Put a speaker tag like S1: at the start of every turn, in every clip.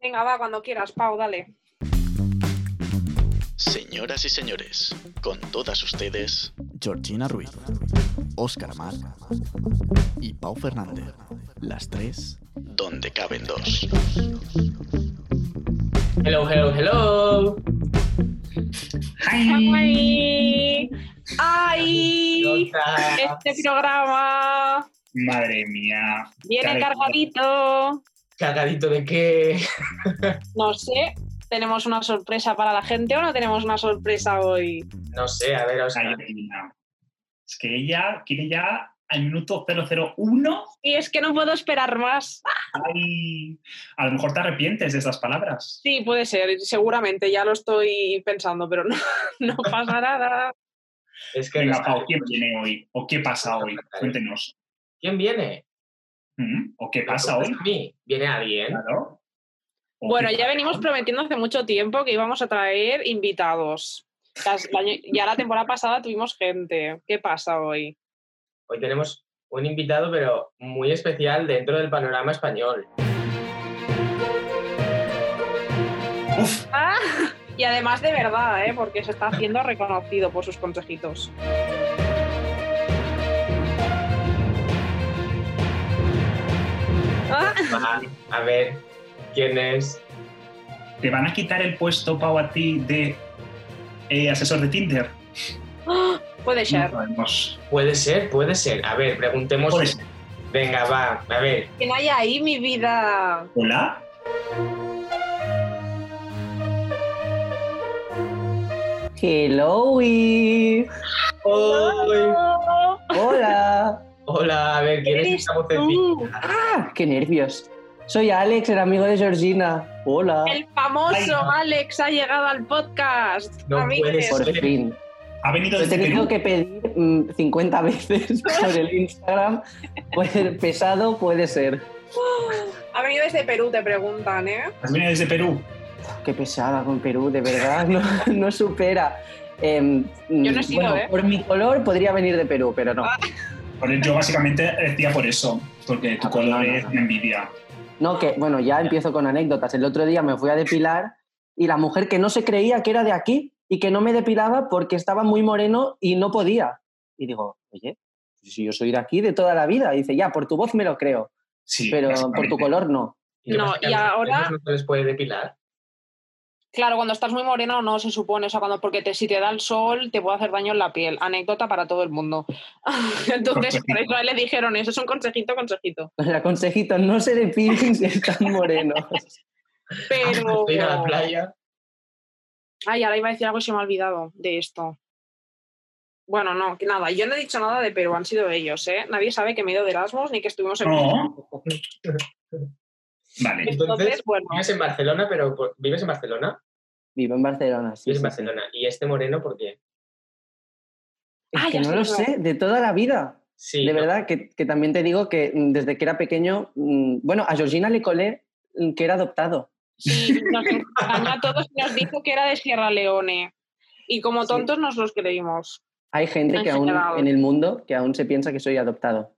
S1: Venga, va, cuando quieras, Pau, dale.
S2: Señoras y señores, con todas ustedes,
S3: Georgina Ruiz, Óscar Mar y Pau Fernández. Las tres.
S2: donde caben dos.
S4: Hello, hello, hello.
S1: ¡Ay! ¡Ay!
S4: Pelota.
S1: Este programa
S5: Madre mía.
S1: viene
S5: Cargado.
S1: cargadito.
S4: ¿Cargadito de qué?
S1: No sé, ¿tenemos una sorpresa para la gente o no tenemos una sorpresa hoy?
S4: No sé, a ver, Oscar.
S5: Galletina. Es que ella quiere ya al minuto 001.
S1: Y es que no puedo esperar más.
S5: Ay, a lo mejor te arrepientes de esas palabras.
S1: Sí, puede ser, seguramente, ya lo estoy pensando, pero no, no pasa nada.
S4: Es que
S5: Venga,
S4: no
S5: Pau,
S4: sabe.
S5: ¿quién viene hoy? ¿O qué pasa hoy? Cuéntenos.
S4: ¿Quién viene?
S5: ¿Mm? ¿O qué
S4: ¿Me
S5: pasa
S4: preguntas
S5: hoy?
S4: a mí? ¿Viene alguien?
S5: Claro. ¿O
S1: Bueno,
S5: qué-
S1: ya venimos prometiendo hace mucho tiempo que íbamos a traer invitados. Las- la- ya la temporada pasada tuvimos gente. ¿Qué pasa hoy?
S4: Hoy tenemos un invitado, pero muy especial dentro del panorama español.
S5: Uf,
S1: Ah, y además de verdad, ¿eh? porque se está haciendo reconocido por sus consejitos. Ah,
S4: Va, a ver, ¿quién es?
S5: te van a quitar el puesto, Pau, a ti de eh, asesor de Tinder.
S1: puede
S5: No
S1: ser.
S5: sabemos.
S4: Puede ser, puede ser. A ver, preguntemos.
S5: Puede ser.
S4: Venga, va, a ver.
S1: ¿Quién hay ahí, mi vida?
S5: Hola.
S6: Hello.
S4: ¡Uy!
S6: Eve.
S1: Oh,
S6: Hola.
S4: Hola, a ver, ¿quién es
S1: Eres
S4: esta vocecita?
S1: tú,
S6: Ah, qué nervios. Soy Alex, el amigo de Georgina. Hola.
S1: el famoso Alex ha llegado al podcast.
S4: No
S1: Amigues.
S4: puede ser.
S6: Por fin.
S5: Ha venido
S6: Lo he
S5: desde
S6: tenido
S5: Perú.
S6: que pedir mm, 50 veces por el Instagram. Puede ser pesado, puede ser.
S1: Ha venido desde Perú, te preguntan, ¿eh?
S5: Has venido desde Perú.
S6: Qué pesada con Perú, de verdad. No, no supera. Em,
S1: Yo no he
S6: mm,
S1: sido,
S6: bueno,
S1: ¿eh?
S6: Por mi color podría venir de Perú, pero no.
S5: Por el- Yo básicamente decía por eso, porque tu
S6: Ah, pues no,
S5: color
S6: no,
S5: es
S6: no.
S5: una envidia.
S6: No, que bueno, ya empiezo con anécdotas. El otro día me fui a depilar y la mujer que no se creía que era de aquí y que no me depilaba porque estaba muy moreno y no podía. Y digo, oye, pues si yo soy de aquí de toda la vida. Y dice, ya, por tu voz me lo creo,
S5: Sí,
S6: pero por tu
S5: básicamente.
S6: color no.
S4: ¿Y qué
S1: No,
S4: pasa, que
S1: y
S4: a los
S1: ahora-
S4: pequeños no se les puede depilar?
S1: Claro, cuando estás muy moreno no se supone, o sea, cuando porque te- si te da el sol te puede hacer daño en la piel. Anécdota para todo el mundo. Entonces, por eso a él le dijeron eso, es un consejito, consejito.
S6: La consejito, no se depilen si están morenos.
S1: Pero.
S4: Ir a Ah, la playa.
S1: Ay, ahora iba a decir algo y se me ha olvidado de esto. Bueno, no, que nada, yo no he dicho nada de Perú, han sido ellos, ¿eh? Nadie sabe que me he ido de Erasmus ni que estuvimos en.
S5: No. Vale.
S1: Entonces,
S4: Entonces,
S1: bueno,
S4: Vives en Barcelona, pero por- vives en Barcelona.
S6: Vivo en Barcelona, sí.
S4: Vives en
S6: sí, sí.
S4: Barcelona. ¿Y este moreno por qué?
S6: Es
S1: Ah, ya
S6: que no
S1: sé,
S6: lo
S1: ya.
S6: sé, de toda la vida.
S4: Sí.
S6: de
S4: ¿no?
S6: verdad que, que también te digo que mm, desde que era pequeño, mm, bueno, a Georgina le colé mm, que era adoptado.
S1: sí, nos engañó a todos y nos dijo que era de Sierra Leone. Y como
S6: Sí.
S1: tontos nos los creímos.
S6: Hay gente
S1: En
S6: que aún
S1: general.
S6: en el mundo que aún se piensa que soy adoptado.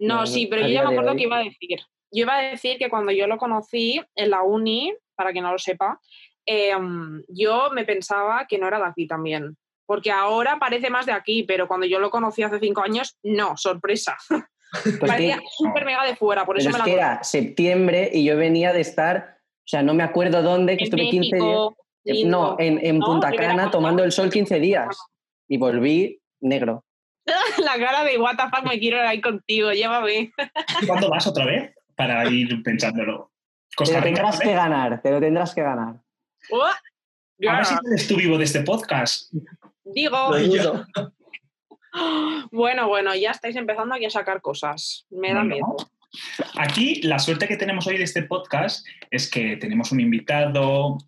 S1: No,
S6: No, no,
S1: sí, pero
S6: a
S1: yo ya me
S6: día de
S1: acuerdo
S6: hoy.
S1: que iba a decir. Yo iba a decir que cuando yo lo conocí en la uni, para quien no lo sepa, em, yo me pensaba que no era de aquí también. Porque ahora parece más de aquí, pero cuando yo lo conocí hace cinco años, no, sorpresa.
S6: Pues
S1: Parecía
S6: que-
S1: súper mega de fuera, por
S6: pero
S1: eso
S6: es
S1: me la
S6: que era septiembre y yo venía de estar, o sea, no me acuerdo dónde,
S1: en
S6: que estuve 15 días. eh,
S1: México, lindo.
S6: No, en, en
S1: ¿no?
S6: Punta
S1: Rivera
S6: Cana
S1: Maya.
S6: tomando el sol 15 días. Y volví negro.
S1: La cara de what the fuck, me quiero ir ahí contigo, llévame.
S5: ¿Cuándo vas otra vez? Para ir pensándolo.
S6: Te
S5: Costa
S6: lo
S5: Rica.
S6: tendrás
S5: ¿vale?
S6: que ganar, te lo tendrás que ganar.
S1: Oh,
S5: A ver si
S1: yeah.
S5: eres tú vivo de este podcast.
S1: Digo,
S4: Lo digo.
S1: bueno, bueno, ya estáis empezando aquí a sacar cosas. Me da
S5: Bueno.
S1: miedo.
S5: Aquí la suerte que tenemos hoy de este podcast es que tenemos un invitado,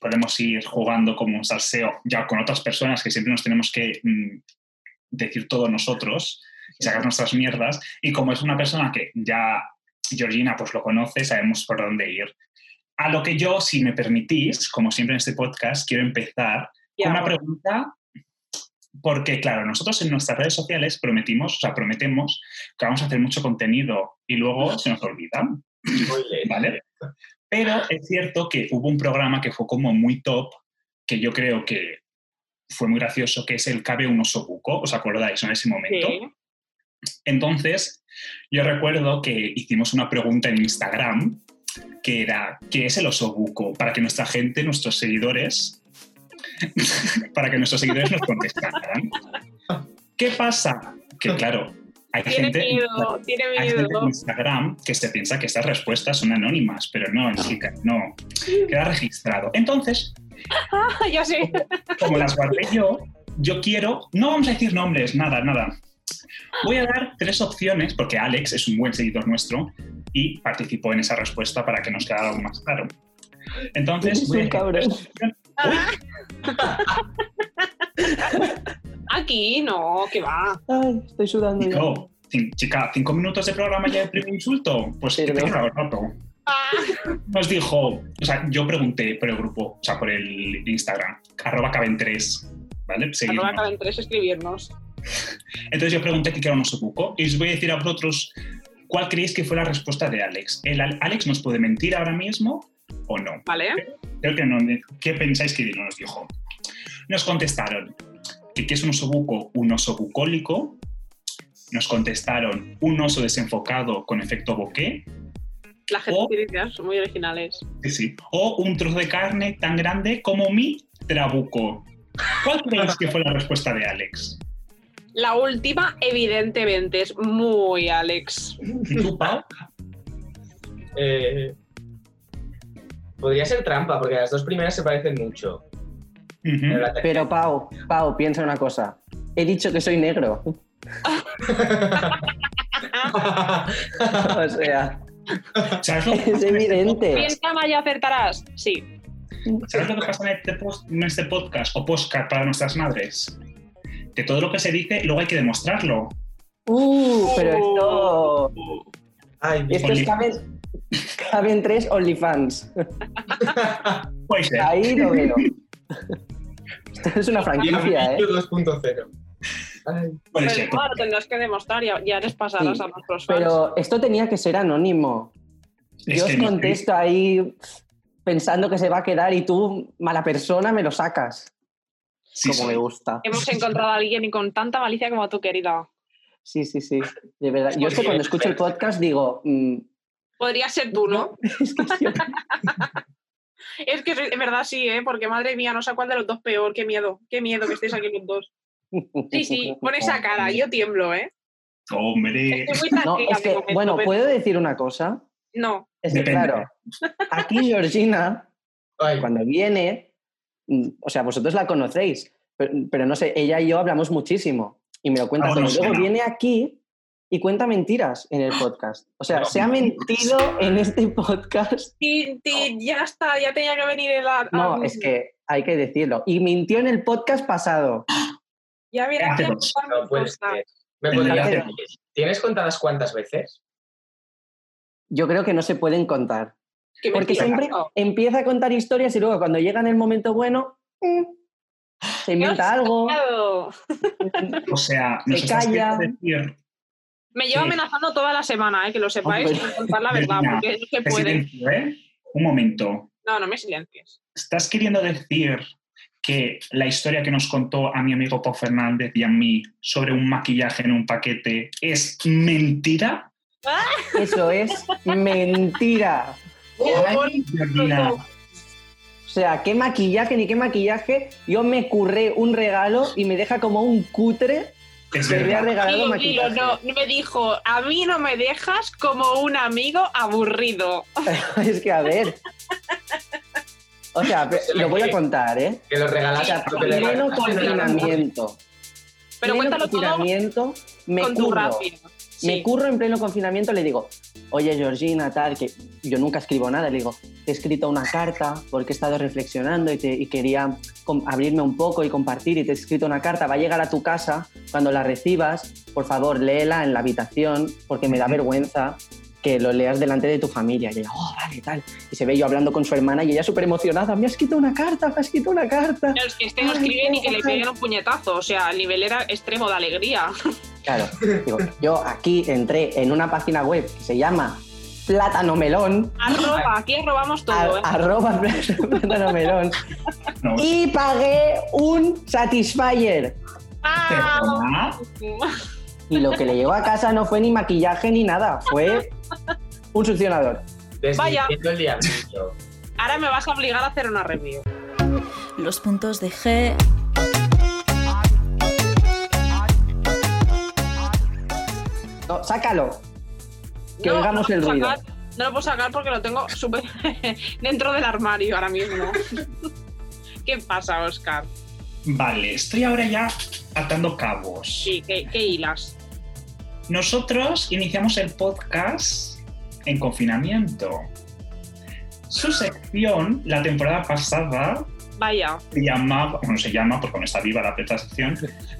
S5: podemos ir jugando como un salseo ya con otras personas que siempre nos tenemos que mm, decir todos nosotros y sacar nuestras mierdas. Y como es una persona que ya Georgina pues lo conoce, sabemos por dónde ir. A lo que yo, si me permitís, como siempre en este podcast, quiero empezar
S1: Ya,
S5: una
S1: bueno.
S5: pregunta, porque claro, nosotros en nuestras redes sociales prometimos, o sea, prometemos que vamos a hacer mucho contenido y luego se nos olvida,
S4: Spoiler.
S5: ¿vale? Pero es cierto que hubo un programa que fue como muy top, que yo creo que fue muy gracioso, que es el Cabe un oso buco, ¿os acordáis en ese momento?
S1: Sí.
S5: Entonces, yo recuerdo que hicimos una pregunta en Instagram que era, ¿qué es el oso buco? Para que nuestra gente, nuestros seguidores, para que nuestros seguidores nos contestaran. ¿Qué pasa? Que claro, hay
S1: Tiene
S5: gente...
S1: miedo, tiene
S5: Hay gente
S1: miedo.
S5: en Instagram que se piensa que estas respuestas son anónimas, pero no, chica, no. Queda registrado. Entonces,
S1: Ah, ya sé.
S5: como las guardé yo, yo quiero. No vamos a decir nombres, nada, nada. Voy a dar tres opciones, porque Alex es un buen seguidor nuestro y participó en esa respuesta para que nos quedara algo más claro. Entonces,
S6: Eres
S5: voy a
S6: un
S5: decir
S6: cabrón.
S5: tres opciones.
S1: Aquí no, que va.
S6: Ay, estoy sudando. ya.
S5: Yo, cin- chica, cinco minutos de programa ya de primer insulto. Pues que te
S6: Perdón.
S5: queda roto.
S1: Ah,
S5: nos dijo, o sea, yo pregunté por el grupo, o sea, por el Instagram, arroba caben3, ¿vale? Seguidnos.
S1: arroba cada en tres escribirnos.
S5: Entonces yo pregunté qué era un oso buco y os voy a decir a vosotros cuál creéis que fue la respuesta de Alex. ¿El Al- ¿Alex nos puede mentir ahora mismo o no?
S1: ¿Vale?
S5: Creo que no. ¿Qué pensáis que nos dijo? Nos contestaron que qué es un oso buco, un oso bucólico. Nos contestaron un oso desenfocado con efecto bokeh.
S1: La gente
S5: Oh.
S1: tiene ideas muy originales.
S5: Sí, sí. O un trozo de carne tan grande como mi trabuco. ¿Cuál creéis que fue la respuesta de Alex?
S1: La última, evidentemente, es muy Alex.
S5: ¿Y tú, Pau?
S4: Eh, podría ser trampa, porque las dos primeras se parecen mucho. Pero
S5: Ujú.
S4: la ter-
S6: Pero Pau, Pau, piensa una cosa. He dicho que soy negro. ¿Eh? O sea,
S5: ¿Sabes lo que
S6: es
S5: pasa en este
S6: evidente.
S1: Piensa más y acertarás. Sí.
S5: podcast? ¿Sabes lo que pasa en este, post- en este podcast o podcast para nuestras madres? Que todo lo que se dice luego hay que demostrarlo.
S6: Uh, pero esto.
S5: Pues
S4: Ay, Dios.
S6: Esto es caben. Caben tres OnlyFans.
S5: Puede ser.
S6: Ahí lo veo. Esto es una franquicia, ¿eh?
S4: Bienvenido 2.0. Ay,
S5: Puede
S1: Pero
S5: ser.
S1: igual tendrás que demostrar, ya, ya les pasarás
S6: Sí,
S1: a nuestros fans.
S6: Pero esto tenía que ser anónimo.
S5: Es
S6: Yo
S5: que
S6: os
S5: no-
S6: contesto ahí pensando que se va a quedar y tú, mala persona, me lo sacas.
S5: Sí,
S6: como
S5: sí.
S6: me gusta.
S1: Hemos encontrado a alguien y con tanta malicia como tú, querida.
S6: Sí, sí, sí. De verdad. Yo es que
S4: Porque-
S6: cuando escucho el podcast digo. mm,
S1: Podría ser tú, ¿no?
S6: es que sí.
S1: Es que en verdad sí, ¿eh? Porque madre mía, no sé cuál de los dos peor. Qué miedo, qué miedo que estéis aquí los dos. Sí, sí, pon esa cara, yo tiemblo, ¿eh?
S5: Hombre.
S1: Estoy muy
S6: No,
S1: tranquila
S6: es
S1: de
S6: que,
S1: momento,
S6: bueno,
S1: pero-
S6: ¿puedo decir una cosa?
S1: No,
S6: Es que,
S5: Depende.
S6: claro, aquí Georgina,
S4: ay,
S6: cuando viene, mm, o sea, vosotros la conocéis, pero, pero no sé, ella y yo hablamos muchísimo y me lo cuenta
S5: Algo
S6: todo.
S5: nos
S6: Luego
S5: suena.
S6: viene aquí y cuenta mentiras en el podcast. O sea,
S5: Pero-
S6: se ha mentido en este podcast.
S1: Tin, tin, ya está, ya tenía que venir el... a-
S6: No,
S1: a-
S6: es que hay que decirlo. Y mintió en el podcast pasado.
S1: Ya verás, ya
S5: Cáceros.
S1: verás
S4: no puede
S1: mi cosa.
S4: ser. ¿Me
S5: En
S4: podrías
S6: realidad-
S4: decir, ¿Tienes contadas cuántas veces?
S6: Yo creo que no se pueden contar.
S1: Que me
S6: Porque
S1: estoy
S6: siempre
S1: cagando.
S6: empieza a contar historias y luego cuando llega en el momento bueno, mm, se inventa algo.
S1: Claro.
S5: O sea, nos
S6: Se
S5: estás
S6: calla.
S5: queriendo decir
S1: Me llevo
S5: Sí.
S1: amenazando toda la semana, ¿eh? que lo sepáis,
S6: Hombre.
S1: sin contar la verdad,
S5: Venga,
S1: porque no se
S5: que
S1: puede.
S5: silencio, ¿eh? Un momento.
S1: No, no me silencies.
S5: ¿Estás queriendo decir que la historia que nos contó a mi amigo Pau Fernández y a mí sobre un maquillaje en un paquete es mentira?
S6: Eso es mentira.
S5: Ay, Georgina,
S6: O sea, qué maquillaje ni qué maquillaje. Yo me curré un regalo y me deja como un cutre
S5: es
S6: que le ha
S5: verdad.
S6: regalado
S1: Kilo, Kilo,
S6: maquillaje.
S1: no, me dijo, a mí no me dejas como un amigo aburrido.
S6: es que a ver. O sea, pe- lo voy a contar, ¿eh?
S4: Que los
S6: O
S4: regalaste.
S6: sea,
S4: que le
S6: pleno
S4: regalaste,
S6: confinamiento.
S1: Pero
S6: Pleno
S1: cuéntalo todo
S6: confinamiento, me
S1: con tu
S6: curro.
S1: rápido.
S6: Me curro en pleno confinamiento, le digo, oye Georgina, tal, que yo nunca escribo nada, le digo, te he escrito una carta porque he estado reflexionando y, te- y quería com- abrirme un poco y compartir y te he escrito una carta, va a llegar a tu casa, cuando la recibas, por favor, léela en la habitación porque me da vergüenza que lo leas delante de tu familia. Y ella, oh, vale, tal. Y se ve yo hablando con su hermana y ella súper emocionada, me ha escrito una carta, me ha escrito una carta.
S1: No, es que este no escribe ni que le peguen un puñetazo, o sea, el nivel era extremo de alegría.
S6: Claro, digo, yo aquí entré en una página web que se llama plátano melón.
S1: Arroba, aquí robamos todo,
S6: a-
S1: ¿eh?
S6: arroba plátano melón.
S5: No,
S6: Y pagué un Satisfyer.
S1: Ah.
S5: ¿verdad?
S6: Y lo que le llegó a casa no fue ni maquillaje ni nada, fue un succionador.
S1: Vaya.
S4: Desmintiendo el diablillo.
S1: Ahora me vas a obligar a hacer una review.
S7: Los puntos de G.
S6: No, sácalo. Que
S1: No,
S6: oigamos
S1: no
S6: el
S1: lo puedo
S6: ruido.
S1: sacar, no lo puedo sacar porque lo tengo súper dentro del armario ahora mismo. ¿Qué pasa, Oscar?
S5: Vale, estoy ahora ya atando cabos.
S1: Sí, ¿qué, qué hilas?
S5: Nosotros iniciamos el podcast en confinamiento. Su sección, la temporada pasada,
S1: Vaya,
S5: se llamaba, bueno, se llama, porque no está viva la primera sección,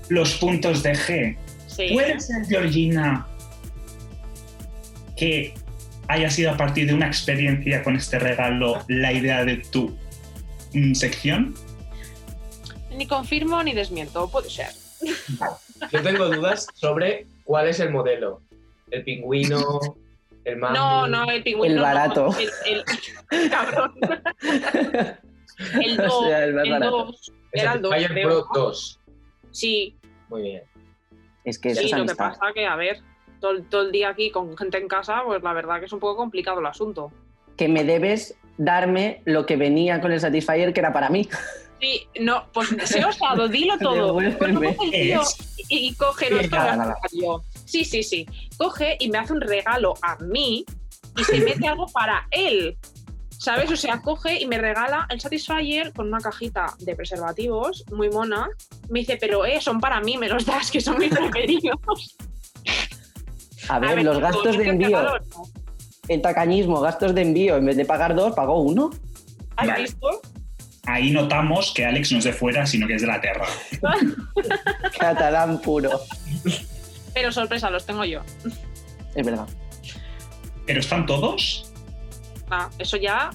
S5: los puntos de G.
S1: sí. ¿eh?
S5: ¿Puede
S6: Pues-
S5: ser, Georgina, que haya sido a partir de una experiencia con este regalo la idea de tu mm, sección?
S1: Ni confirmo ni desmiento, puede ser.
S4: Yo tengo dudas sobre cuál es el modelo. El pingüino, el mambo.
S1: No, no, el pingüino.
S6: El
S1: no,
S6: barato.
S1: el, el- cabrón. El 2.
S6: O sea, el más
S1: el
S6: barato.
S1: 2.
S4: Es
S1: Era
S4: el
S1: el 2.
S4: Fire
S1: creo,
S4: Pro
S1: ¿no?
S4: 2.
S1: Sí,
S4: Muy bien.
S6: Es que eso
S1: sí,
S6: es
S1: lo que
S6: amistad.
S1: pasa que, a ver, todo, el- todo el día aquí con gente en casa, pues la verdad que es un poco complicado el asunto.
S6: Que me debes darme lo que venía con el Satisfyer que era para mí.
S1: Sí, no, pues se osado, dilo todo. Pero
S6: Devuélveme.
S1: coge el tío y, y coge, no
S5: Sí,
S1: esto
S6: nada,
S1: lo
S6: nada.
S1: hago yo. Sí, sí, sí. Coge y me hace un regalo a mí y se mete algo para él. ¿Sabes? O sea, coge y me regala el Satisfyer con una cajita de preservativos muy mona. Me dice, pero eh, son para mí, me los das, que son mis preferidos.
S6: A ver, los
S1: chicos,
S6: gastos de
S1: este
S6: envío,
S1: regalo, ¿no?
S6: el tacañismo, gastos de envío, en vez de pagar dos, pagó uno.
S1: ¿Has
S5: Vale.
S1: visto?
S5: Ahí notamos que Alex no es de fuera, sino que es de la Tierra.
S6: Catalán puro.
S1: Pero sorpresa, los tengo yo.
S6: Es verdad.
S5: ¿Pero están todos?
S1: Ah, eso ya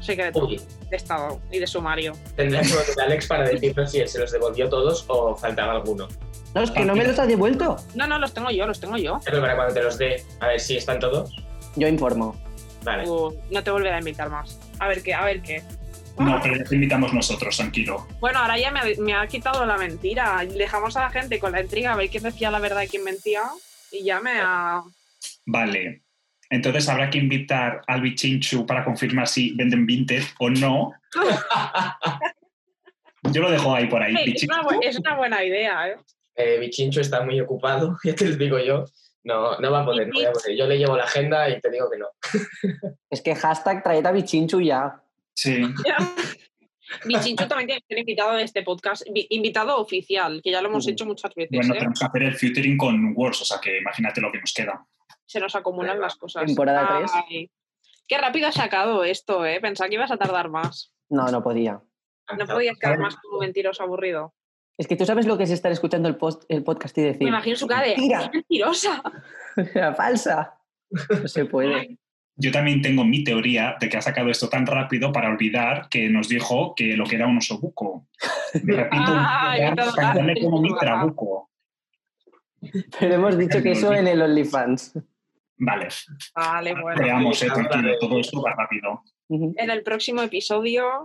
S1: secreto
S4: Uy,
S1: de estado y de sumario.
S4: tendrás que volver a Alex para decirnos si se los devolvió todos o faltaba alguno.
S6: No, es que no me los has devuelto.
S1: No, no, los tengo yo, los tengo yo.
S4: Pero para cuando te los dé, a ver si están todos.
S6: Yo informo.
S4: Vale.
S1: Uh, no te volveré a invitar más. A ver qué, a ver qué.
S5: No, pero les invitamos nosotros, tranquilo.
S1: Bueno, ahora ya me ha, me ha quitado la mentira. Dejamos a la gente con la intriga a ver quién decía la verdad y quién mentía. Y ya me ha.
S5: Vale. Entonces habrá que invitar al Bichinchu para confirmar si venden Vinted o no. Yo lo dejo ahí por ahí.
S1: Ey, es,
S5: Bichinchu.
S1: una, bu- es una buena idea, ¿eh?
S4: Eh, Bichincho está muy ocupado, ya te lo digo yo. No, no va a poder, no voy a poder. Yo le llevo la agenda y te digo que no.
S6: Es que hashtag traed a Bichinchu ya.
S5: Sí.
S1: Bichinchu también tiene que ser invitado de este podcast, vi- invitado oficial, que ya lo hemos
S6: Ujú.
S1: hecho muchas veces.
S5: Bueno,
S1: ¿eh?
S5: tenemos que hacer el featuring con Words, o sea que imagínate lo que nos queda.
S1: Se nos acumulan las cosas.
S6: Temporada tres.
S1: Ay, Qué rápido has sacado esto, ¿eh? Pensaba que ibas a tardar más.
S6: No, no podía.
S1: No podías quedar más como mentiroso aburrido.
S6: Es que tú sabes lo que es estar escuchando el, post- el podcast y decir.
S1: Me imagino su cara de.
S6: Mentira.
S1: ¡Mentirosa!
S6: falsa. No se puede.
S5: Yo también tengo mi teoría de que ha sacado esto tan rápido para olvidar que nos dijo que lo que era un osobuco. De repente,
S1: Ah,
S5: un
S1: es verdad.
S5: cantarle como mi trabuco.
S6: Pero hemos dicho que eso en el OnlyFans.
S5: Vale,
S1: Vale, bueno.
S5: creamos, eh,
S4: ahora
S5: tranquilo,
S4: de-
S5: todo esto va rápido.
S6: Ujú,
S1: En el próximo episodio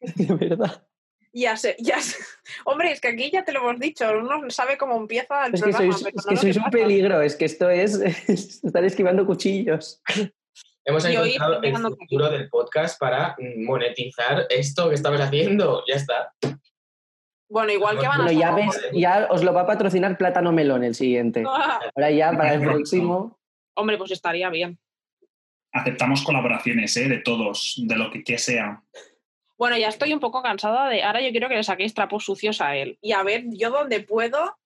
S6: De verdad.
S1: Ya sé, ya sé. Hombre, es que aquí ya te lo hemos dicho, uno sabe cómo empieza el
S6: Es que
S1: programa.
S6: sois,
S1: pero
S6: es
S1: no
S6: que
S1: lo
S6: sois un
S1: pasa.
S6: peligro. Es que esto es, es estar esquivando cuchillos.
S4: Hemos
S1: Y hoy
S4: encontrado
S1: estoy
S4: el
S1: llegando
S4: futuro del podcast para monetizar esto que estamos haciendo. Ya está.
S1: Bueno, igual que van a
S6: Bueno, ya
S1: sacar-
S6: ves, ya os lo va a patrocinar Plátano Melón el siguiente.
S1: Ah,
S6: Ahora ya para el próximo.
S1: Hombre, pues estaría bien.
S5: Aceptamos colaboraciones eh, de todos, de lo que, que sea.
S1: Bueno, ya estoy un poco cansada de. Ahora yo quiero que le saquéis trapos sucios a él. Y a ver, yo dónde puedo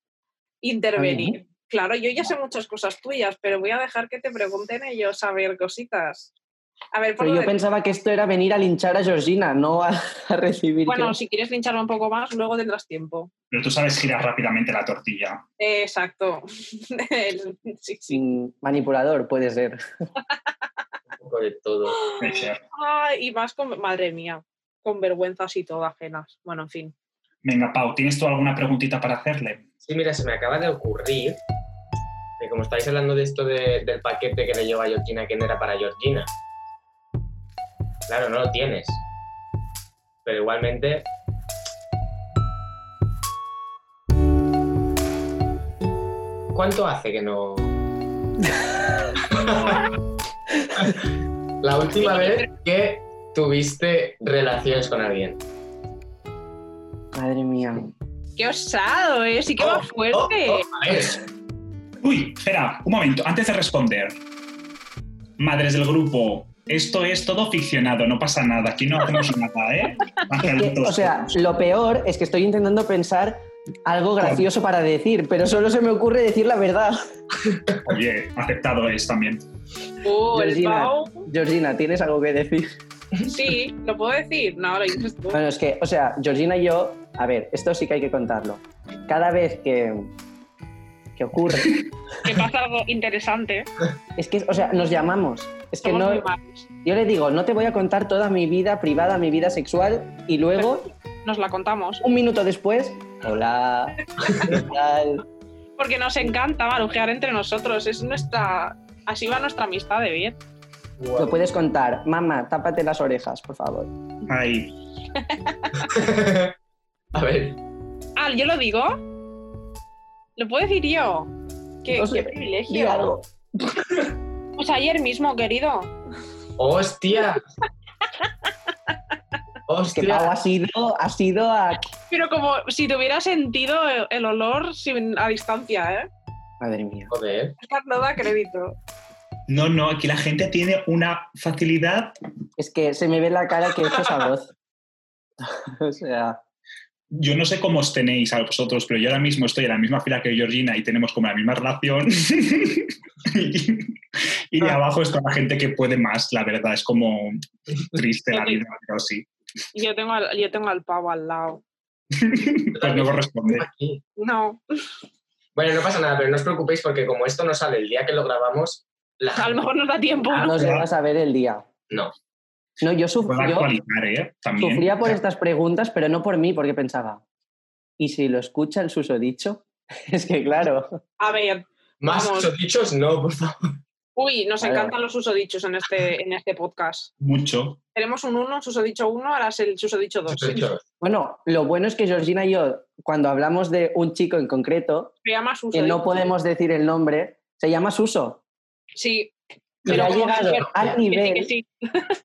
S1: intervenir. Claro, yo ya sé muchas cosas tuyas, pero voy a dejar que te pregunten ellos a ver cositas. A ver, por
S6: Pero
S1: lo
S6: yo
S1: de-
S6: pensaba que esto era venir a linchar a Georgina, no a, a recibir.
S1: Bueno,
S6: que-
S1: si quieres lincharlo un poco más, luego tendrás tiempo.
S5: Pero tú sabes girar rápidamente la tortilla.
S1: Eh, Exacto. sí, sí.
S6: Mm, manipulador, puede ser.
S4: Un poco de todo.
S5: puede ser.
S1: Ay, Ah, y más con, madre mía, con vergüenzas y todo ajenas. Bueno, en fin.
S5: Venga, Pau, ¿tienes tú alguna preguntita para hacerle?
S4: Sí, mira, se me acaba de ocurrir que como estáis hablando de esto de- del paquete que le lleva a Georgina, que no era para Georgina. Claro, no lo tienes. Pero igualmente, ¿Cuánto hace que no? La última vez que tuviste relaciones con alguien.
S6: Madre mía.
S1: ¡Qué osado, eh! ¡Sí que
S4: Oh,
S1: va
S4: oh,
S1: fuerte!
S4: oh, a ver,
S5: Uy, espera, un momento, antes de responder. Madres del grupo, esto es todo ficcionado, no pasa nada, aquí no hacemos nada, ¿eh?
S6: Que, o sea, lo peor es que estoy intentando pensar algo gracioso para decir, pero solo se me ocurre decir la verdad.
S5: Oye, aceptado es también.
S1: ¡Uh, el
S6: Georgina.
S1: Pau!
S6: Georgina, ¿tienes algo que decir?
S1: Sí, ¿lo puedo decir? No, lo dices tú.
S6: Bueno, es que, o sea, Georgina y yo, a ver, esto sí que hay que contarlo. Cada vez que, que ocurre,
S1: Que pasa algo interesante.
S6: es que, o sea, nos llamamos. Es que
S1: Somos
S6: no,
S1: muy malos.
S6: yo le digo, no te voy a contar toda mi vida privada, mi vida sexual, y luego,
S1: Nos la contamos.
S6: un minuto después, hola, ¿qué tal?
S1: Porque nos encanta marujear entre nosotros. Es nuestra... Así va nuestra amistad de bien.
S6: Lo puedes contar. Mamá, tápate las orejas, por favor.
S5: Ay,
S4: a ver,
S1: Ah, ¿yo lo digo? ¿Lo puedo decir yo? ¡Qué,
S6: No sé,
S1: qué privilegio!
S6: Di algo.
S1: Pues ayer mismo, querido.
S4: hostia.
S6: Es que Pau
S4: Hostia.
S6: ha sido, ha sido a...
S1: Pero como si tuviera sentido el, el olor sin, a distancia, ¿eh?
S6: Madre mía.
S4: Joder.
S1: Oscar no da crédito.
S5: no, no, aquí la gente tiene una facilidad.
S6: Es que se me ve la cara que esto es a voz. o sea,
S5: Yo no sé cómo os tenéis a vosotros, pero yo ahora mismo estoy en la misma fila que Georgina y tenemos como la misma relación. y, y de abajo está la gente que puede más, la verdad, es como triste la vida, pero sí.
S1: Yo tengo al, yo tengo al pavo al lado.
S5: Pues no corresponde.
S4: Aquí.
S1: No,
S4: Bueno, no pasa nada, pero no os preocupéis porque como esto no sale el día que lo grabamos, la
S1: pues a lo mejor nos da tiempo.
S6: nos
S5: claro.
S6: llevas a ver el día.
S4: No.
S6: No, yo, suf-
S5: Puede
S6: Pues yo
S5: actualizar, ¿eh? También.
S6: sufría por estas preguntas, pero no por mí, porque pensaba, ¿y si lo escucha el susodicho? es que claro,
S1: A ver,
S4: más
S1: Vamos.
S4: dichos no, por favor.
S1: uy, nos
S6: Vale,
S1: encantan los susodichos en este, en este podcast.
S5: Mucho.
S1: Tenemos un 1, susodicho 1, ahora es el susodicho 2.
S4: Susodichos.
S6: bueno, lo bueno es que Georgina y yo, cuando hablamos de un chico en concreto,
S1: Se llama
S6: que
S1: susodicho.
S6: no podemos decir el nombre, se llama Suso.
S1: Sí,
S6: Pero
S1: Pero
S6: ha
S1: como
S6: llegado
S1: Javier,
S6: al
S1: que sí, que
S6: nivel,
S1: sí.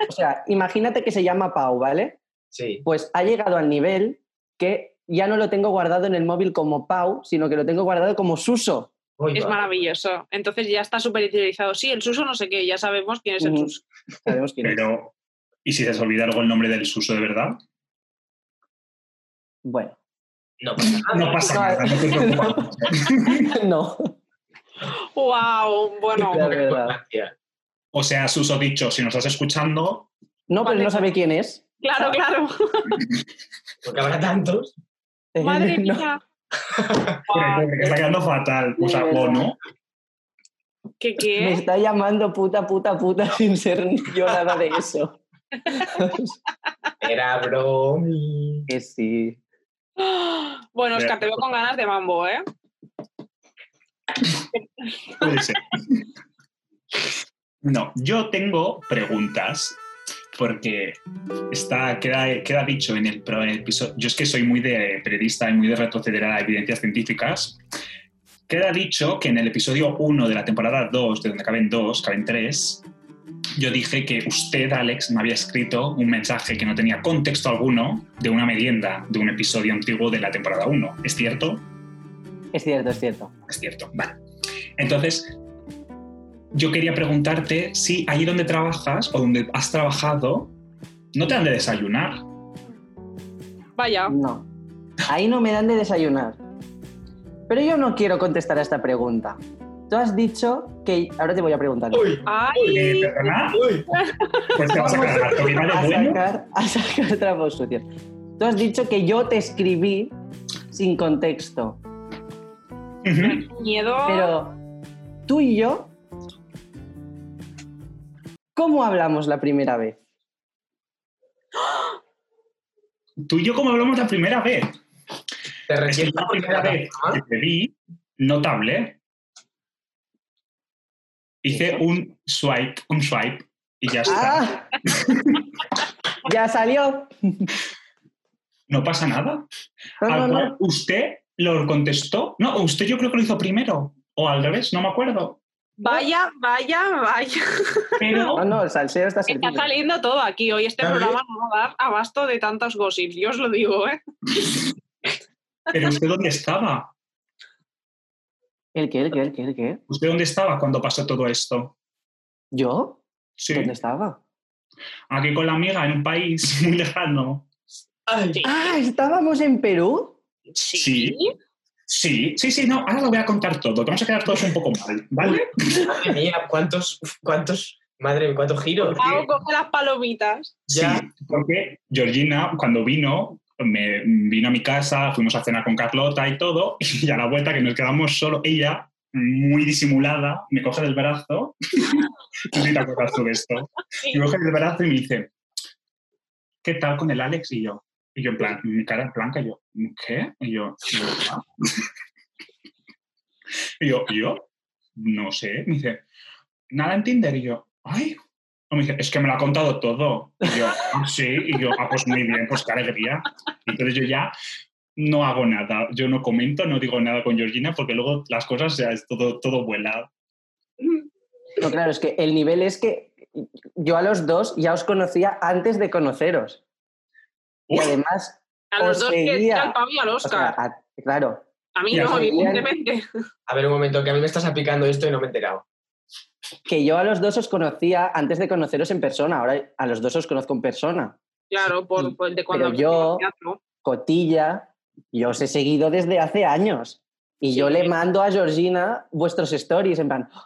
S6: o sea, imagínate que se llama Pau, ¿vale?
S4: Sí.
S6: pues ha llegado al nivel que ya no lo tengo guardado en el móvil como Pau, sino que lo tengo guardado como Suso.
S4: Uy,
S1: Es
S4: va.
S1: maravilloso. Entonces ya está súper interiorizado. Sí, el suso no sé qué, ya sabemos quién es el
S6: Ujú.
S1: suso.
S6: Sabemos quién es.
S5: Pero, ¿y si se os olvida algo el nombre del suso de verdad?
S6: Bueno,
S4: No pasa nada.
S5: No pasa nada, no te preocupes.
S6: no.
S1: ¡Wow! Bueno,
S6: Claro.
S4: Poca
S6: verdad.
S4: importancia.
S5: O sea, suso dicho, si nos estás escuchando,
S6: No, pero
S1: Vale.
S6: no sabe quién es.
S1: claro, claro.
S4: Porque habrá tantos.
S1: Madre
S6: No.
S1: mía.
S5: pobre,
S1: Guau,
S5: pobre, que está quedando fatal. O sea,
S6: De verdad.
S5: o no.
S1: ¿Qué
S6: Me
S1: qué?
S6: está llamando puta, puta, puta sin ser yo nada de eso.
S4: Era bromi.
S6: que sí.
S1: Bueno, Oscar, te veo con ganas de mambo, ¿eh?
S5: Puede ser. No, yo tengo preguntas porque está, queda, queda dicho en el, pro- en el episodio. Yo es que soy muy de periodista y muy de retroceder a evidencias científicas. Queda dicho que en el episodio 1 de la temporada 2, de donde caben 2, caben 3, yo dije que usted, Alex, me había escrito un mensaje que no tenía contexto alguno de una merienda de un episodio antiguo de la temporada 1. ¿Es cierto?
S6: Es cierto, es cierto.
S5: Es cierto, vale. Entonces, yo quería preguntarte si allí donde trabajas o donde has trabajado, no te han de desayunar.
S1: Vaya.
S6: No. Ahí no me dan de desayunar. Pero yo no quiero contestar a esta pregunta. Tú has dicho que... Ahora te voy a preguntar.
S4: Uy,
S5: Eh,
S1: ¡Ay!
S5: ¿Perdona?
S4: uy.
S5: Pues te vas a cargar, porque nada
S6: a
S5: de bueno.
S6: sacar, a sacar trapos sucios. Tú has dicho que yo te escribí sin contexto,
S5: Ujú.
S1: Miedo.
S6: pero tú y yo, ¿cómo hablamos la primera vez?
S5: Tú y yo, como hablamos la primera vez,
S4: Te
S5: es que
S4: refieres
S5: la
S4: a
S5: primera vez que te vi, notable. Hice un swipe, un swipe y ya está.
S6: ¡Ah! ya salió.
S5: No pasa nada.
S6: No, no,
S5: Al
S6: no.
S5: cual usted lo contestó. No, usted yo creo que lo hizo primero. O al revés, no me acuerdo.
S1: Vaya, vaya, vaya.
S5: Pero
S6: No, no, el salseo está
S1: Está
S6: servido.
S1: saliendo todo aquí. Hoy este
S4: Claro.
S1: programa no va a dar abasto de tantos gossips, yo os lo digo, ¿eh?
S5: ¿Pero usted dónde estaba?
S6: ¿El qué, el qué, el qué, el qué?
S5: ¿Usted dónde estaba cuando pasó todo esto?
S6: ¿Yo?
S5: Sí.
S6: ¿Dónde estaba?
S5: Aquí con la amiga en un país muy lejano.
S4: Ay,
S6: Ah, ¿estábamos en Perú?
S5: Sí. Sí, sí, sí, no. Ahora lo voy a contar todo. Vamos a quedar todos un poco mal, ¿vale?
S4: madre mía, cuántos, cuántos, madre mía, cuántos giros.
S1: Pau, coge las palomitas.
S4: Ya.
S5: Sí, porque Georgina, cuando vino, me vino a mi casa, fuimos a cenar con Carlota y todo, y a la vuelta que nos quedamos solo, ella, muy disimulada, me coge del brazo. No sé si te acuerdas tú de esto.
S1: Sí.
S5: Me coge del brazo y me dice, ¿qué tal con el Alex? Y yo, y yo en plan, mi cara es blanca, y yo, ¿qué? Y yo, "Ah". y yo, yo, no sé. Me dice, nada en Tinder. Y yo, ay. O me dice, es que me lo ha contado todo. Y yo, "Ah, sí. Y yo, ah, pues muy bien, pues qué alegría. Entonces yo ya no hago nada. Yo no comento, no digo nada con Georgina porque luego las cosas, ya es todo, todo vuela.
S6: No, claro, es que el nivel es que yo a los dos ya os conocía antes de conoceros. Y
S5: Uf,
S6: además,
S1: A los
S6: Os
S1: dos que
S6: seguía.
S1: al Pau y al
S6: Pues o
S1: Oscar.
S6: sea, a- claro,
S1: a mí
S5: ya
S1: no,
S6: seguían.
S1: evidentemente.
S4: A ver, un momento, que a mí me estás aplicando esto y no me he enterado.
S6: que yo a los dos os conocía antes de conoceros en persona, ahora a los dos os conozco en persona.
S1: Claro, por, por el de cuando
S6: Pero yo-
S1: teatro.
S6: Cotilla, yo os he seguido desde hace años. Y yo
S1: Sí.
S6: le mando a Georgina vuestros stories, en plan, "Oh,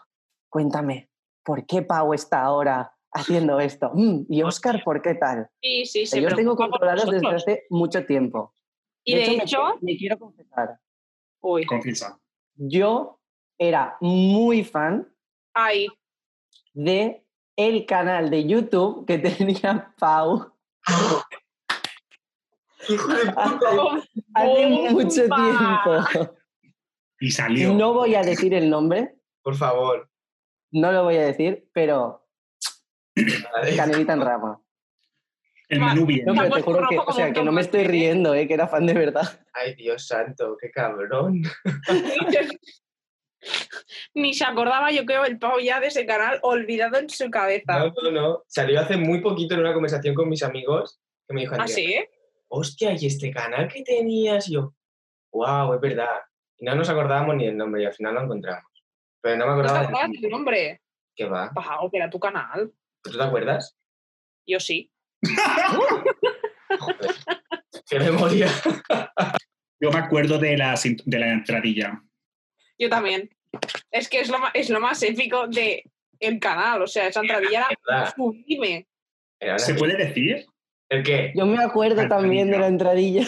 S6: cuéntame, ¿por qué Pau está ahora haciendo esto? Mm, y Oscar, ¿por qué tal?
S1: Sí, Pues sí,
S6: O
S1: se
S6: sea, yo os tengo
S1: preocupa por
S6: controlados desde
S1: nosotros.
S6: hace mucho tiempo.
S1: Y de hecho,
S6: me, me quiero confesar,
S1: uy,
S5: confiesa.
S6: yo era muy fan
S1: ay,
S6: de el canal de YouTube que tenía Pau
S4: Hijo de puta.
S1: ¡Bomba!
S6: hace
S1: Oh,
S6: mucho tiempo.
S5: Y salió.
S6: No voy a decir el nombre,
S4: Por favor.
S6: no lo voy a decir, pero
S4: Madre.
S6: Canelita en Rama.
S5: El menú bien.
S6: No, pero te
S1: puesto
S6: juro
S1: rojo
S6: que, o
S1: como
S6: sea,
S1: un
S6: que no me
S1: tomate,
S6: estoy
S1: ¿eh?
S6: riendo, eh, que era fan de verdad.
S4: Ay, Dios santo, qué cabrón.
S1: Ni se acordaba, yo creo, el Pau ya de ese canal olvidado en su cabeza.
S4: No, no, no. Salió hace muy poquito en una conversación con mis amigos que me dijo
S1: ¿Ah,
S4: Andrea,
S1: sí?
S4: hostia, ¿y este canal que tenías? Y yo, wow, es verdad. Y no nos acordábamos ni del nombre y al final lo encontramos. Pero no me
S1: No te
S4: acordaba del
S1: acuerdas
S4: nombre.
S1: tu nombre.
S4: ¿Qué va?
S1: Pau, que era tu canal.
S4: ¿Tú te acuerdas?
S1: Yo sí.
S4: Joder. ¡Qué memoria!
S5: Yo me acuerdo de la, sint- de la entradilla.
S1: Yo también. Es que es lo, ma- es lo más épico de el canal. O sea, esa entradilla era
S4: ¿Verdad?
S1: sublime.
S4: Era una-
S5: ¿Se puede decir
S4: ¿El qué?
S6: Yo me acuerdo
S5: Entradilla.
S6: también de la entradilla.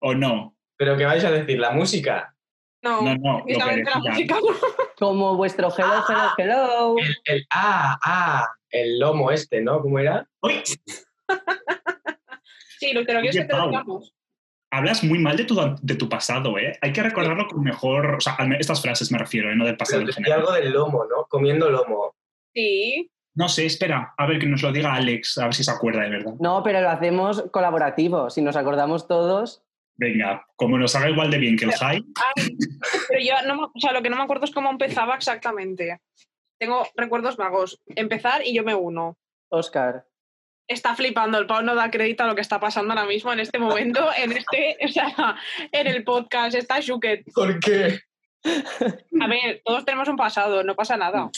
S5: o no?
S4: ¿Pero qué vais a decir? ¿La música?
S1: No,
S5: No, no, lo que
S1: precisamente la
S5: decía.
S1: música no.
S6: Como vuestro hello, hello, hello.
S4: El, el- ah, ah, el lomo este, ¿no? ¿Cómo era?
S5: Uy,
S1: Sí, lo pero que es
S5: Oye,
S1: que te
S5: Pau.
S1: digamos.
S5: hablas muy mal de tu, de tu pasado, ¿eh? Hay que recordarlo con mejor... O sea, al me- estas frases me refiero, ¿eh? No del pasado
S4: Pero
S5: en
S4: decía
S5: general.
S4: algo del lomo, ¿no? Comiendo lomo.
S1: Sí.
S5: No sé, espera. A ver que nos lo diga Alex, a ver si se acuerda de verdad.
S6: No, pero lo hacemos colaborativo. Si nos acordamos todos,
S5: Venga, como nos haga igual de bien que el high,
S1: Ay, pero yo no me- o sea, lo que no me acuerdo es cómo empezaba exactamente. Tengo recuerdos vagos. Empezar y yo me uno.
S6: Oscar.
S1: Está flipando, el Pau no da crédito a lo que está pasando ahora mismo en este momento, en este, o sea, en el podcast, está Shuket.
S4: ¿Por qué?
S1: A ver, todos tenemos un pasado, no pasa nada.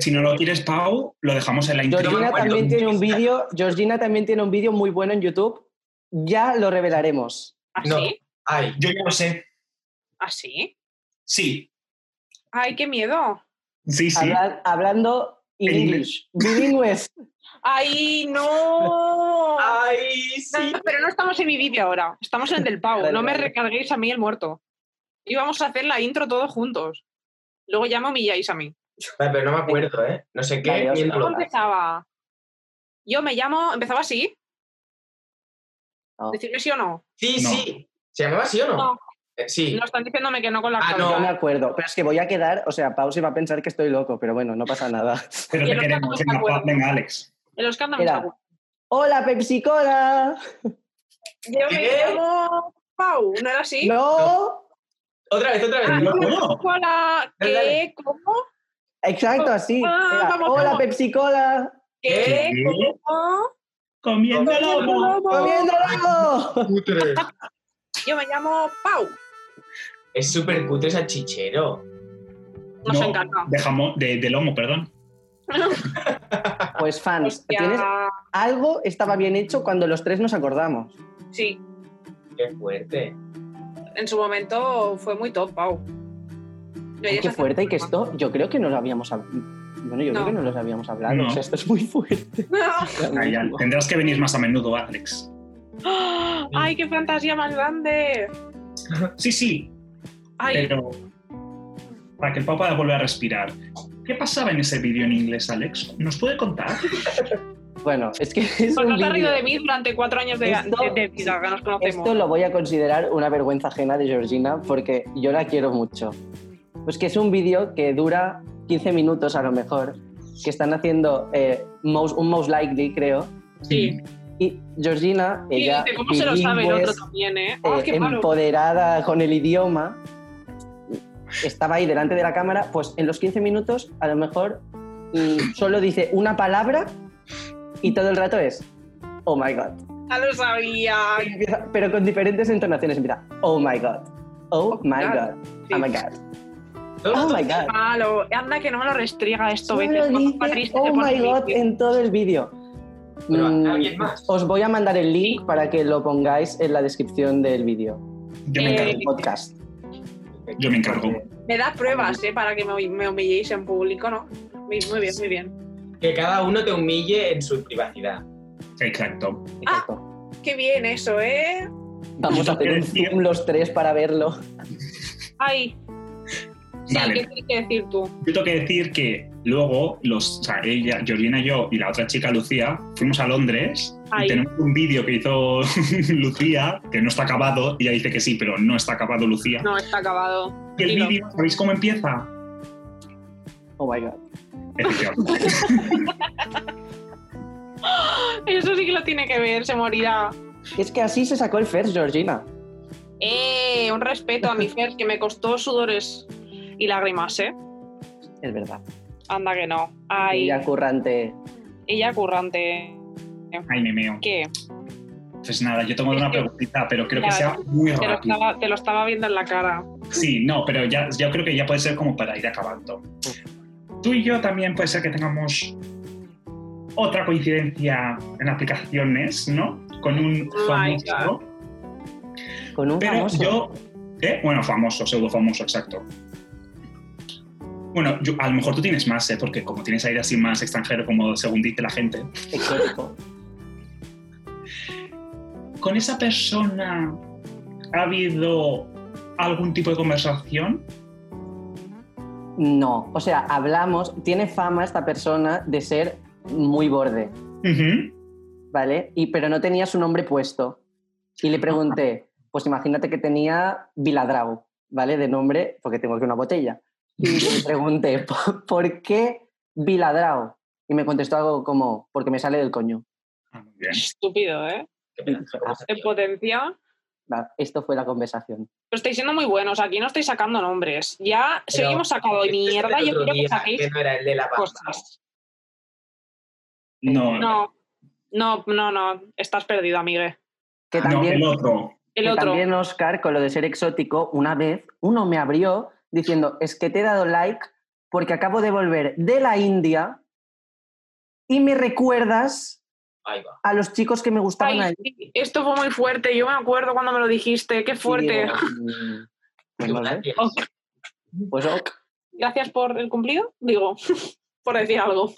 S5: si no lo quieres, Pau, lo dejamos en la
S6: Georgina
S5: intriga.
S4: acuerdo.
S6: también tiene un vídeo, Georgina también tiene un vídeo muy bueno en YouTube. Ya lo revelaremos.
S1: ¿Así?
S4: No. Ay,
S5: Yo ya lo sé.
S1: ¿Así?
S5: Sí,
S1: Ay, qué miedo.
S5: sí, sí.
S6: Habla- hablando in
S5: En
S6: English. Bilingües.
S1: Ay, no. Ah,
S4: ay,
S1: No,
S4: Ah, sí.
S1: no, pero no estamos en mi vídeo ahora, estamos en el del Pau.
S6: Vale,
S1: no me
S6: vale.
S1: recarguéis a mí el muerto. Y vamos a hacer la intro todos juntos. Luego ya me humilláis a mí.
S4: Vale, pero no me acuerdo, ¿eh? No sé qué.
S6: Vale, os-
S4: miento.
S1: ¿Cómo empezaba? Yo me llamo, empezaba así.
S6: No.
S1: Decirme sí o no.
S4: Sí,
S5: No.
S4: sí. ¿Se llamaba así o no?
S1: No.
S4: Eh, sí,
S1: No están diciéndome que no con la
S4: Ah,
S1: actualidad.
S6: No me
S4: no.
S6: acuerdo, pero es que voy a quedar, o sea, Pau se va a pensar que estoy loco, pero bueno, no pasa nada.
S5: Pero
S1: Y
S5: te
S1: el
S5: queremos.
S1: Oscar no se
S5: Venga,
S1: acuerda.
S5: Pau, venga, Alex.
S1: El Oscar no
S6: Era.
S1: me está
S6: ¡Hola, Pepsi Cola!
S1: Yo me
S4: ¿Qué?
S1: llamo Pau, ¿no era así?
S6: ¡No!
S4: otra vez, otra vez.
S1: Ah,
S4: no,
S5: no.
S1: Hola,
S4: Dale,
S1: ¿qué?
S4: dale.
S1: ¿Cómo?
S6: Exacto, así.
S1: Ah,
S6: Era,
S1: vamos,
S6: ¡Hola,
S1: vamos.
S6: Pepsi Cola!
S1: ¿Qué?
S5: ¿Qué?
S1: ¿Cómo?
S5: Comiendo lobo.
S1: Oh.
S6: ¡Comiéndolo!
S4: Cutre.
S1: Yo me llamo Pau.
S4: Es súper cutre esa chichero.
S1: Nos
S5: No,
S1: encanta.
S5: De jamón, de, de lomo, perdón.
S6: Pues fans,
S1: Hostia,
S6: ¿tienes algo estaba bien hecho cuando los tres nos acordamos.
S1: Sí,
S4: Qué fuerte.
S1: en su momento fue muy top, Pau.
S6: Ay, qué fuerte y que esto, yo creo que no lo habíamos hab- Bueno, yo
S1: No.
S6: creo que no los habíamos hablado.
S5: No.
S6: O sea, esto es muy fuerte.
S5: Ay, ya, Tendrás que venir más a menudo, Alex.
S1: ¡Ay, qué fantasía más grande!
S5: Sí, sí,
S1: ¡Ay!
S5: pero para que el Pau pueda volver a respirar. ¿Qué pasaba en ese vídeo en inglés, Alex? ¿Nos puede contar?
S6: Bueno, es que es
S1: Pues
S6: un
S1: no te has
S6: vídeo.
S1: reído de mí durante cuatro años de,
S6: Esto-
S1: de- de vida que nos conocemos.
S6: Esto lo voy a considerar una vergüenza ajena de Georgina porque yo la quiero mucho. Pues que es un vídeo que dura 15 minutos a lo mejor, que están haciendo eh, most- un most likely, creo.
S1: Sí.
S6: Y Georgina,
S1: Y
S6: ella.
S1: dice, ¿cómo se lo sabe el
S6: bilingüe,
S1: otro también, eh?
S6: eh,
S1: ¡Ay, qué malo!
S6: empoderada con el idioma, estaba ahí delante de la cámara, pues en los 15 minutos a lo mejor mm, solo dice una palabra y todo el rato es, oh my god.
S1: ¡Ya lo sabía!
S6: Y empieza- pero con diferentes entonaciones empieza, oh my god, oh my god,
S1: Sí.
S6: oh my god,
S1: Ah.
S4: Todo el
S6: oh
S4: mundo-
S6: my god.
S1: Malo, anda que no me lo restriega esto,
S6: Solo
S1: veces. cuando está
S6: dice,
S1: triste, se
S6: oh
S1: pone
S6: my god
S1: triste.
S6: en todo el vídeo.
S4: Pero,
S6: Mm,
S4: ¿alguien más?
S6: os voy a mandar el link
S1: Sí.
S6: para que lo pongáis en la descripción del vídeo,
S5: Yo me
S1: Eh,
S5: encargo.
S6: del podcast.
S5: Yo me encargo.
S1: Me da pruebas, ¿eh? Para que me, me humilléis en público, ¿no? Muy, muy bien, muy bien.
S4: Que cada uno te humille en su privacidad.
S5: Exacto.
S6: Exacto.
S1: Qué bien eso, ¿eh?
S6: Vamos a hacer un zoom los tres para verlo.
S1: Ay, sí,
S5: Vale.
S1: ¿qué tienes que decir tú?
S5: Yo tengo que decir que luego, los, o sea, ella, Georgina, yo y la otra chica, Lucía, fuimos a Londres
S1: Ay.
S5: y tenemos un vídeo que hizo Lucía, que no está acabado, y ella dice que sí, pero no está acabado Lucía.
S1: No, está acabado.
S5: y el
S1: dilo.
S5: vídeo, ¿sabéis cómo empieza?
S6: Oh my god.
S5: Efectivamente.
S1: Eso sí que lo tiene que ver, se morirá.
S6: Es que así se sacó el first, Georgina.
S1: Eh, un respeto a mi Fer, que me costó sudores y lágrimas, ¿eh?
S6: Es verdad.
S1: Anda que no. Ay,
S6: Ella currante.
S1: ella currante.
S5: Ay, me meo.
S1: ¿Qué?
S5: Pues nada, yo tengo una preguntita, pero creo que sea muy
S1: Te lo,
S5: rápido.
S1: estaba, te lo estaba viendo en la cara.
S5: Sí, no, pero ya, yo creo que ya puede ser como para ir acabando. Tú y yo también puede ser que tengamos otra coincidencia en aplicaciones, ¿no? Con un
S1: Oh my
S5: famoso.
S6: Con un
S5: Pero
S6: famoso.
S5: yo. ¿eh? Bueno, famoso, pseudo famoso, exacto. Bueno, yo- a lo mejor tú tienes más, ¿eh? porque como tienes aire así más extranjero, como según dice la gente,
S6: Exótico.
S5: ¿con esa persona ha habido algún tipo de conversación?
S6: No. O sea, hablamos. Tiene fama esta persona de ser muy borde,
S5: Ujú.
S6: ¿vale? Y, pero no tenía su nombre puesto. Y le pregunté, pues imagínate que tenía Viladrago, ¿vale? De nombre, porque tengo aquí una botella. Y le pregunté, "¿Por- ¿por qué Viladrago? Y me contestó algo como, porque me sale del coño.
S5: Ah, muy bien.
S1: Estúpido, ¿eh?
S4: Qué pedazo de
S1: En
S4: conversación.
S1: potencia.
S6: Va, Esto fue la conversación.
S1: Pero estáis siendo muy buenos, aquí no estáis sacando nombres. Ya
S4: Pero
S1: seguimos sacando
S4: Este es el
S1: mierda, yo
S4: otro
S1: quiero que
S4: día,
S1: saquéis
S4: que no era el de la bamba.
S1: cosas.
S5: No,
S1: No, no, no, no, estás perdido, amigue.
S6: Que
S5: Ah, no,
S6: también,
S5: el otro.
S1: El
S6: que
S1: otro,
S6: también, Oscar, con lo de ser exótico, una vez uno me abrió diciendo, es que te he dado like porque acabo de volver de la India y me recuerdas
S4: Ahí va.
S6: a los chicos que me gustaban
S1: Ay,
S6: ahí.
S1: sí, esto fue muy fuerte, yo me acuerdo cuando me lo dijiste, qué
S6: Y
S1: fuerte.
S6: digo, "Mm, pues no sé,
S4: Gracias.
S1: Ok,
S6: pues ok".
S1: Gracias por el cumplido, digo, por decir algo.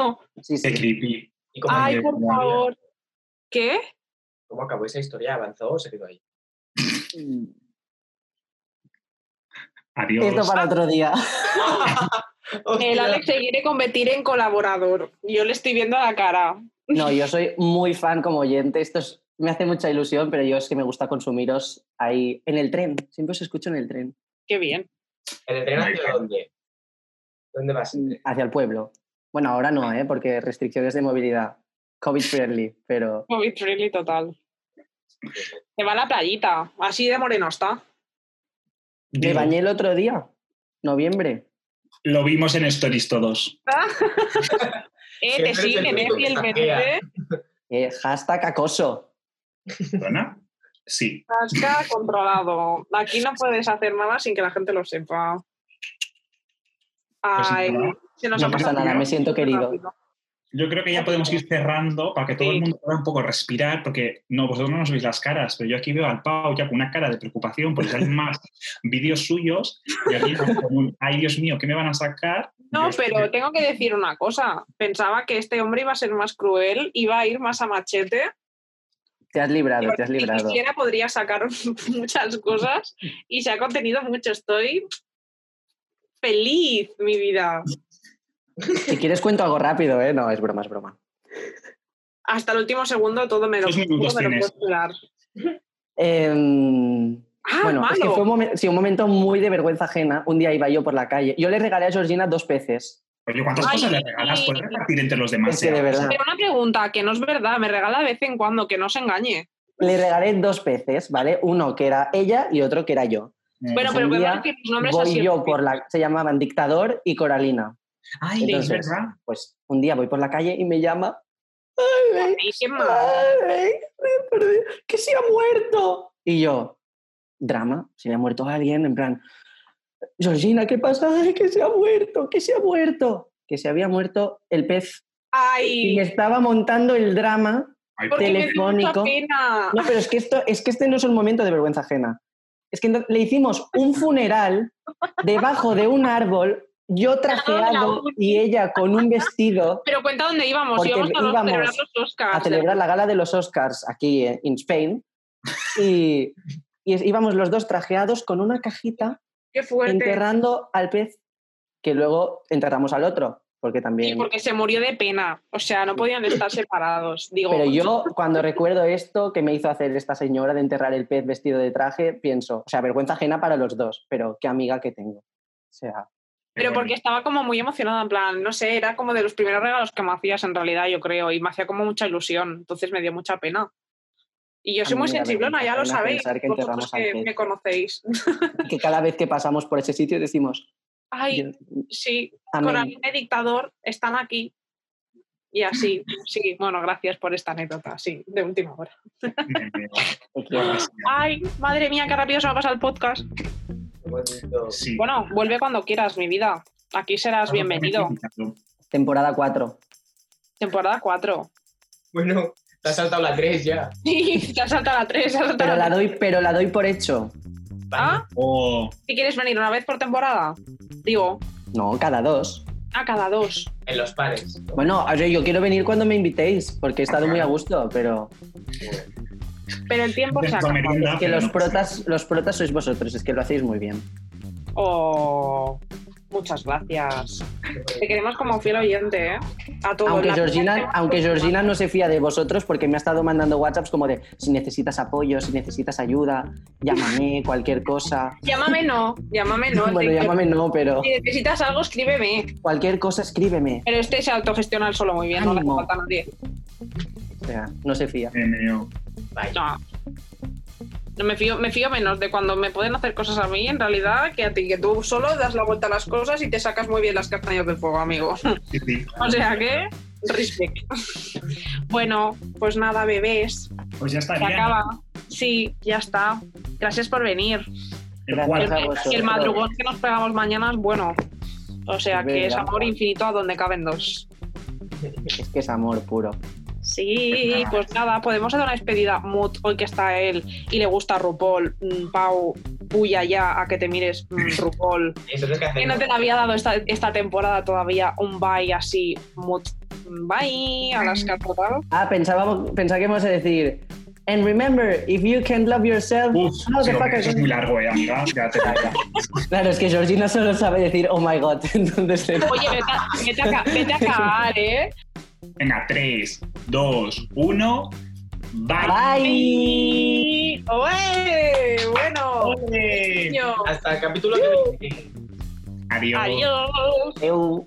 S6: Sí,
S5: Qué
S6: sí.
S5: creepy.
S4: ¿Y cómo,
S1: Ay,
S5: Dios,
S1: por
S5: madre.
S1: favor. ¿Qué?
S4: cómo acabó esa historia? ¿Avanzó o se quedó ahí?
S5: Adiós.
S6: Esto para otro día.
S1: El Alex quiere convertir en colaborador. Yo le estoy viendo la cara.
S6: No, yo soy muy fan como oyente. Esto es me hace mucha ilusión, pero yo es que me gusta consumiros ahí en el tren. Siempre os escucho en el tren,
S1: Qué bien.
S4: ¿En el tren
S5: Muy
S4: hacia
S5: bien.
S4: dónde? ¿Dónde vas?
S1: Mm.
S6: hacia el pueblo. Bueno, ahora no, ¿eh? porque restricciones de movilidad. COVID friendly, pero
S1: Covid friendly total. Se va a la playita. Así de moreno está.
S6: me
S5: Digo,
S6: bañé el otro día, noviembre.
S5: Lo vimos en Stories todos.
S1: Eh,
S4: Siempre
S1: te
S4: es
S1: siguen,
S4: el
S1: eh,
S4: único que
S1: fielmente.
S4: saquea.
S1: eh.
S6: Eh, hashtag acoso.
S5: ¿Perdona? Sí.
S1: Tasca controlado. Aquí no puedes hacer nada sin que la gente lo sepa. Ay,
S5: nada.
S1: se nos
S5: No
S1: ha
S5: pasa
S1: pasado.
S5: nada,
S1: rápido.
S5: me
S6: siento querido.
S1: Rápido.
S5: Yo creo que ya podemos ir cerrando para que todo
S1: Sí.
S5: el mundo pueda un poco respirar, porque no, vosotros no nos veis las caras, pero yo aquí veo al Pau ya con una cara de preocupación porque salen más vídeos suyos y aquí con un, ay Dios mío, ¿qué me van a sacar?
S1: No,
S5: Dios mío.
S1: pero tengo que decir una cosa. Pensaba que este hombre iba a ser más cruel, iba a ir más a machete.
S6: Te has librado, te has
S1: porque Si
S6: librado.
S1: quisiera, podría sacar muchas cosas y se ha contenido mucho. Estoy feliz, mi vida.
S6: Si quieres cuento algo rápido, ¿eh? No, es broma, es broma.
S1: Hasta el último segundo todo me lo,
S5: Dos minutos
S1: todo me lo
S5: tienes.
S1: puedo esperar.
S6: Em,
S1: Ah,
S6: bueno,
S1: malo.
S6: es que fue un, momen- sí, un momento muy de vergüenza ajena. Un día iba yo por la calle. Yo le regalé a Georgina dos peces.
S5: Oye, ¿cuántas
S1: Ay,
S5: cosas le regalas?
S1: sí.
S5: Puedes repartir entre los demás.
S6: Es que de
S5: ¿eh?
S6: verdad.
S1: Pero una pregunta que no es verdad, me regala de vez en cuando, que no se engañe.
S6: Le regalé dos peces, ¿vale? Uno que era ella y otro que era yo.
S1: Bueno,
S6: Pues
S1: pero
S6: un día
S1: podemos decir los nombres
S6: voy
S1: así.
S6: yo por la... Se llamaban Dictador y Coralina.
S5: Ay,
S6: Entonces-
S5: es verdad.
S6: Pues un día voy por la calle y me llama... ¡Ay, ven,
S1: Ay, qué mal.
S6: ay, ven, me he perdido, ¡Que se ha muerto! Y yo, drama, se le ha muerto alguien, en plan... Georgina, ¿qué pasa? ¡Ay, que se ha muerto! ¡Que se ha muerto! Que se había muerto el pez. Y
S1: Ay,
S6: me estaba montando el drama
S5: Ay,
S1: porque
S6: telefónico.
S1: me dio mucha pena.
S6: No, pero es que, esto, es que este no es el momento de vergüenza ajena. Es que ento- le hicimos un funeral debajo de un árbol, yo trajeado y ella con un vestido
S1: Pero cuenta dónde íbamos.
S6: Porque
S1: íbamos a los-
S6: íbamos
S1: celebrar los Oscars.
S6: a celebrar la gala de los Oscars aquí en in Spain. Y, y es- íbamos los dos trajeados con una cajita
S1: Qué fuerte.
S6: enterrando al pez, que luego enterramos al otro, porque
S1: Sí,
S6: también...
S1: porque se murió de pena. O sea, no podían estar separados. Digo,
S6: Pero yo, cuando recuerdo esto que me hizo hacer esta señora de enterrar el pez vestido de traje, pienso, o sea, vergüenza ajena para los dos, pero qué amiga que tengo. O sea,
S1: Pero
S5: bueno.
S1: porque estaba como muy emocionada, en plan, no sé, era como de los primeros regalos que me hacías en realidad, yo creo, y me hacía como mucha ilusión, entonces me dio mucha pena. Y yo
S6: A
S1: soy
S6: mí
S1: muy
S6: me da
S1: sensiblona, ya
S6: vergüenza
S1: lo
S6: ajena
S1: sabéis,
S6: pensar que
S1: vosotros
S6: enterramos al
S1: que
S6: pez.
S1: me conocéis.
S6: que cada vez que pasamos por ese sitio decimos,
S1: Ay,
S6: "Dios,
S1: sí,
S6: amén.
S1: Corazón de dictador, están aquí. Y así, sí, bueno, gracias por esta anécdota, sí, de última hora.
S5: Me- me-
S6: te quiero".
S1: Ay, madre mía, qué rápido se va a pasar el podcast.
S4: Qué bonito.
S5: Sí.
S1: Bueno, vuelve cuando quieras, mi vida. Aquí serás bienvenido.
S6: Temporada 4.
S1: Temporada 4.
S4: Bueno, te has saltado la 3 ya.
S1: Sí, te has saltado la 3, te has saltado
S6: Pero
S1: la
S6: la doy, pero la doy por hecho.
S1: Ah,
S5: Oh,
S1: ¿Si quieres venir una vez por temporada? Digo,
S6: No, cada dos.
S1: a cada dos.
S4: En los pares.
S6: Bueno, o sea, yo quiero venir cuando me invitéis, porque he estado muy a gusto, pero
S1: Pero el tiempo se
S5: Esta
S1: acaba.
S5: merienda.
S6: es que los protas, los protas sois vosotros, es que lo hacéis muy bien.
S1: Oh, muchas gracias. Te queremos como fiel oyente, ¿eh? A todos.
S6: Aunque
S1: La-
S6: Georgina, aunque Georgina no se fía de vosotros porque me ha estado mandando WhatsApps como de si necesitas apoyo, si necesitas ayuda, llámame, cualquier cosa.
S1: Llámame no, llámame no.
S6: Bueno,
S1: Te-
S6: llámame no, pero
S1: Si necesitas algo, escríbeme.
S6: cualquier cosa escríbeme.
S1: Pero este se autogestiona el solo muy bien, no le hace
S6: Ánimo.
S1: falta a nadie.
S6: O sea, no se fía.
S5: MO.
S1: No. No me fío, me fío menos de cuando me pueden hacer cosas a mí, en realidad, que a ti, que tú solo das la vuelta a las cosas y te sacas muy bien las castañas del fuego, amigo.
S5: Sí, sí.
S1: O sea que, respect. bueno, pues nada, bebés,
S5: Pues ya está.
S1: se
S5: Diana.
S1: acaba. Sí, ya está. Gracias por venir.
S5: El
S6: Gracias.
S1: El,
S5: cuarto.
S6: a vosotros.
S1: el madrugón que nos pegamos mañana es bueno. O sea
S6: Es
S1: que es
S6: verdad.
S1: amor infinito a donde caben dos.
S6: Es que es amor puro.
S1: Sí, pues nada, podemos hacer una despedida mood hoy que está él y le gusta RuPaul. Mm, Pau, puya ya a que te mires mm, RuPaul.
S4: Entonces, ¿qué
S1: Que no
S4: hacemos?
S1: te la había dado esta, esta temporada todavía un bye así, mood Mm, bye a las 4
S6: Ah, pensábamos, pensaba que íbamos a decir And remember, if you can love yourself,
S5: Uf,
S6: no
S5: sí,
S6: the
S5: hombre,
S6: fuck
S5: eso es muy largo, eh, amiga. Ya te digo.
S6: Claro, es que Georgina solo sabe decir oh my god, entonces
S1: Oye, vete a, vete a ca- vete a cagar, ¿eh?
S5: Venga, 3, 2, 1. Bye.
S1: ¡Oe! Bueno,
S5: Ole.
S1: niño.
S4: Hasta el capítulo que viene.
S5: Adiós.
S1: Adiós.
S6: Eu.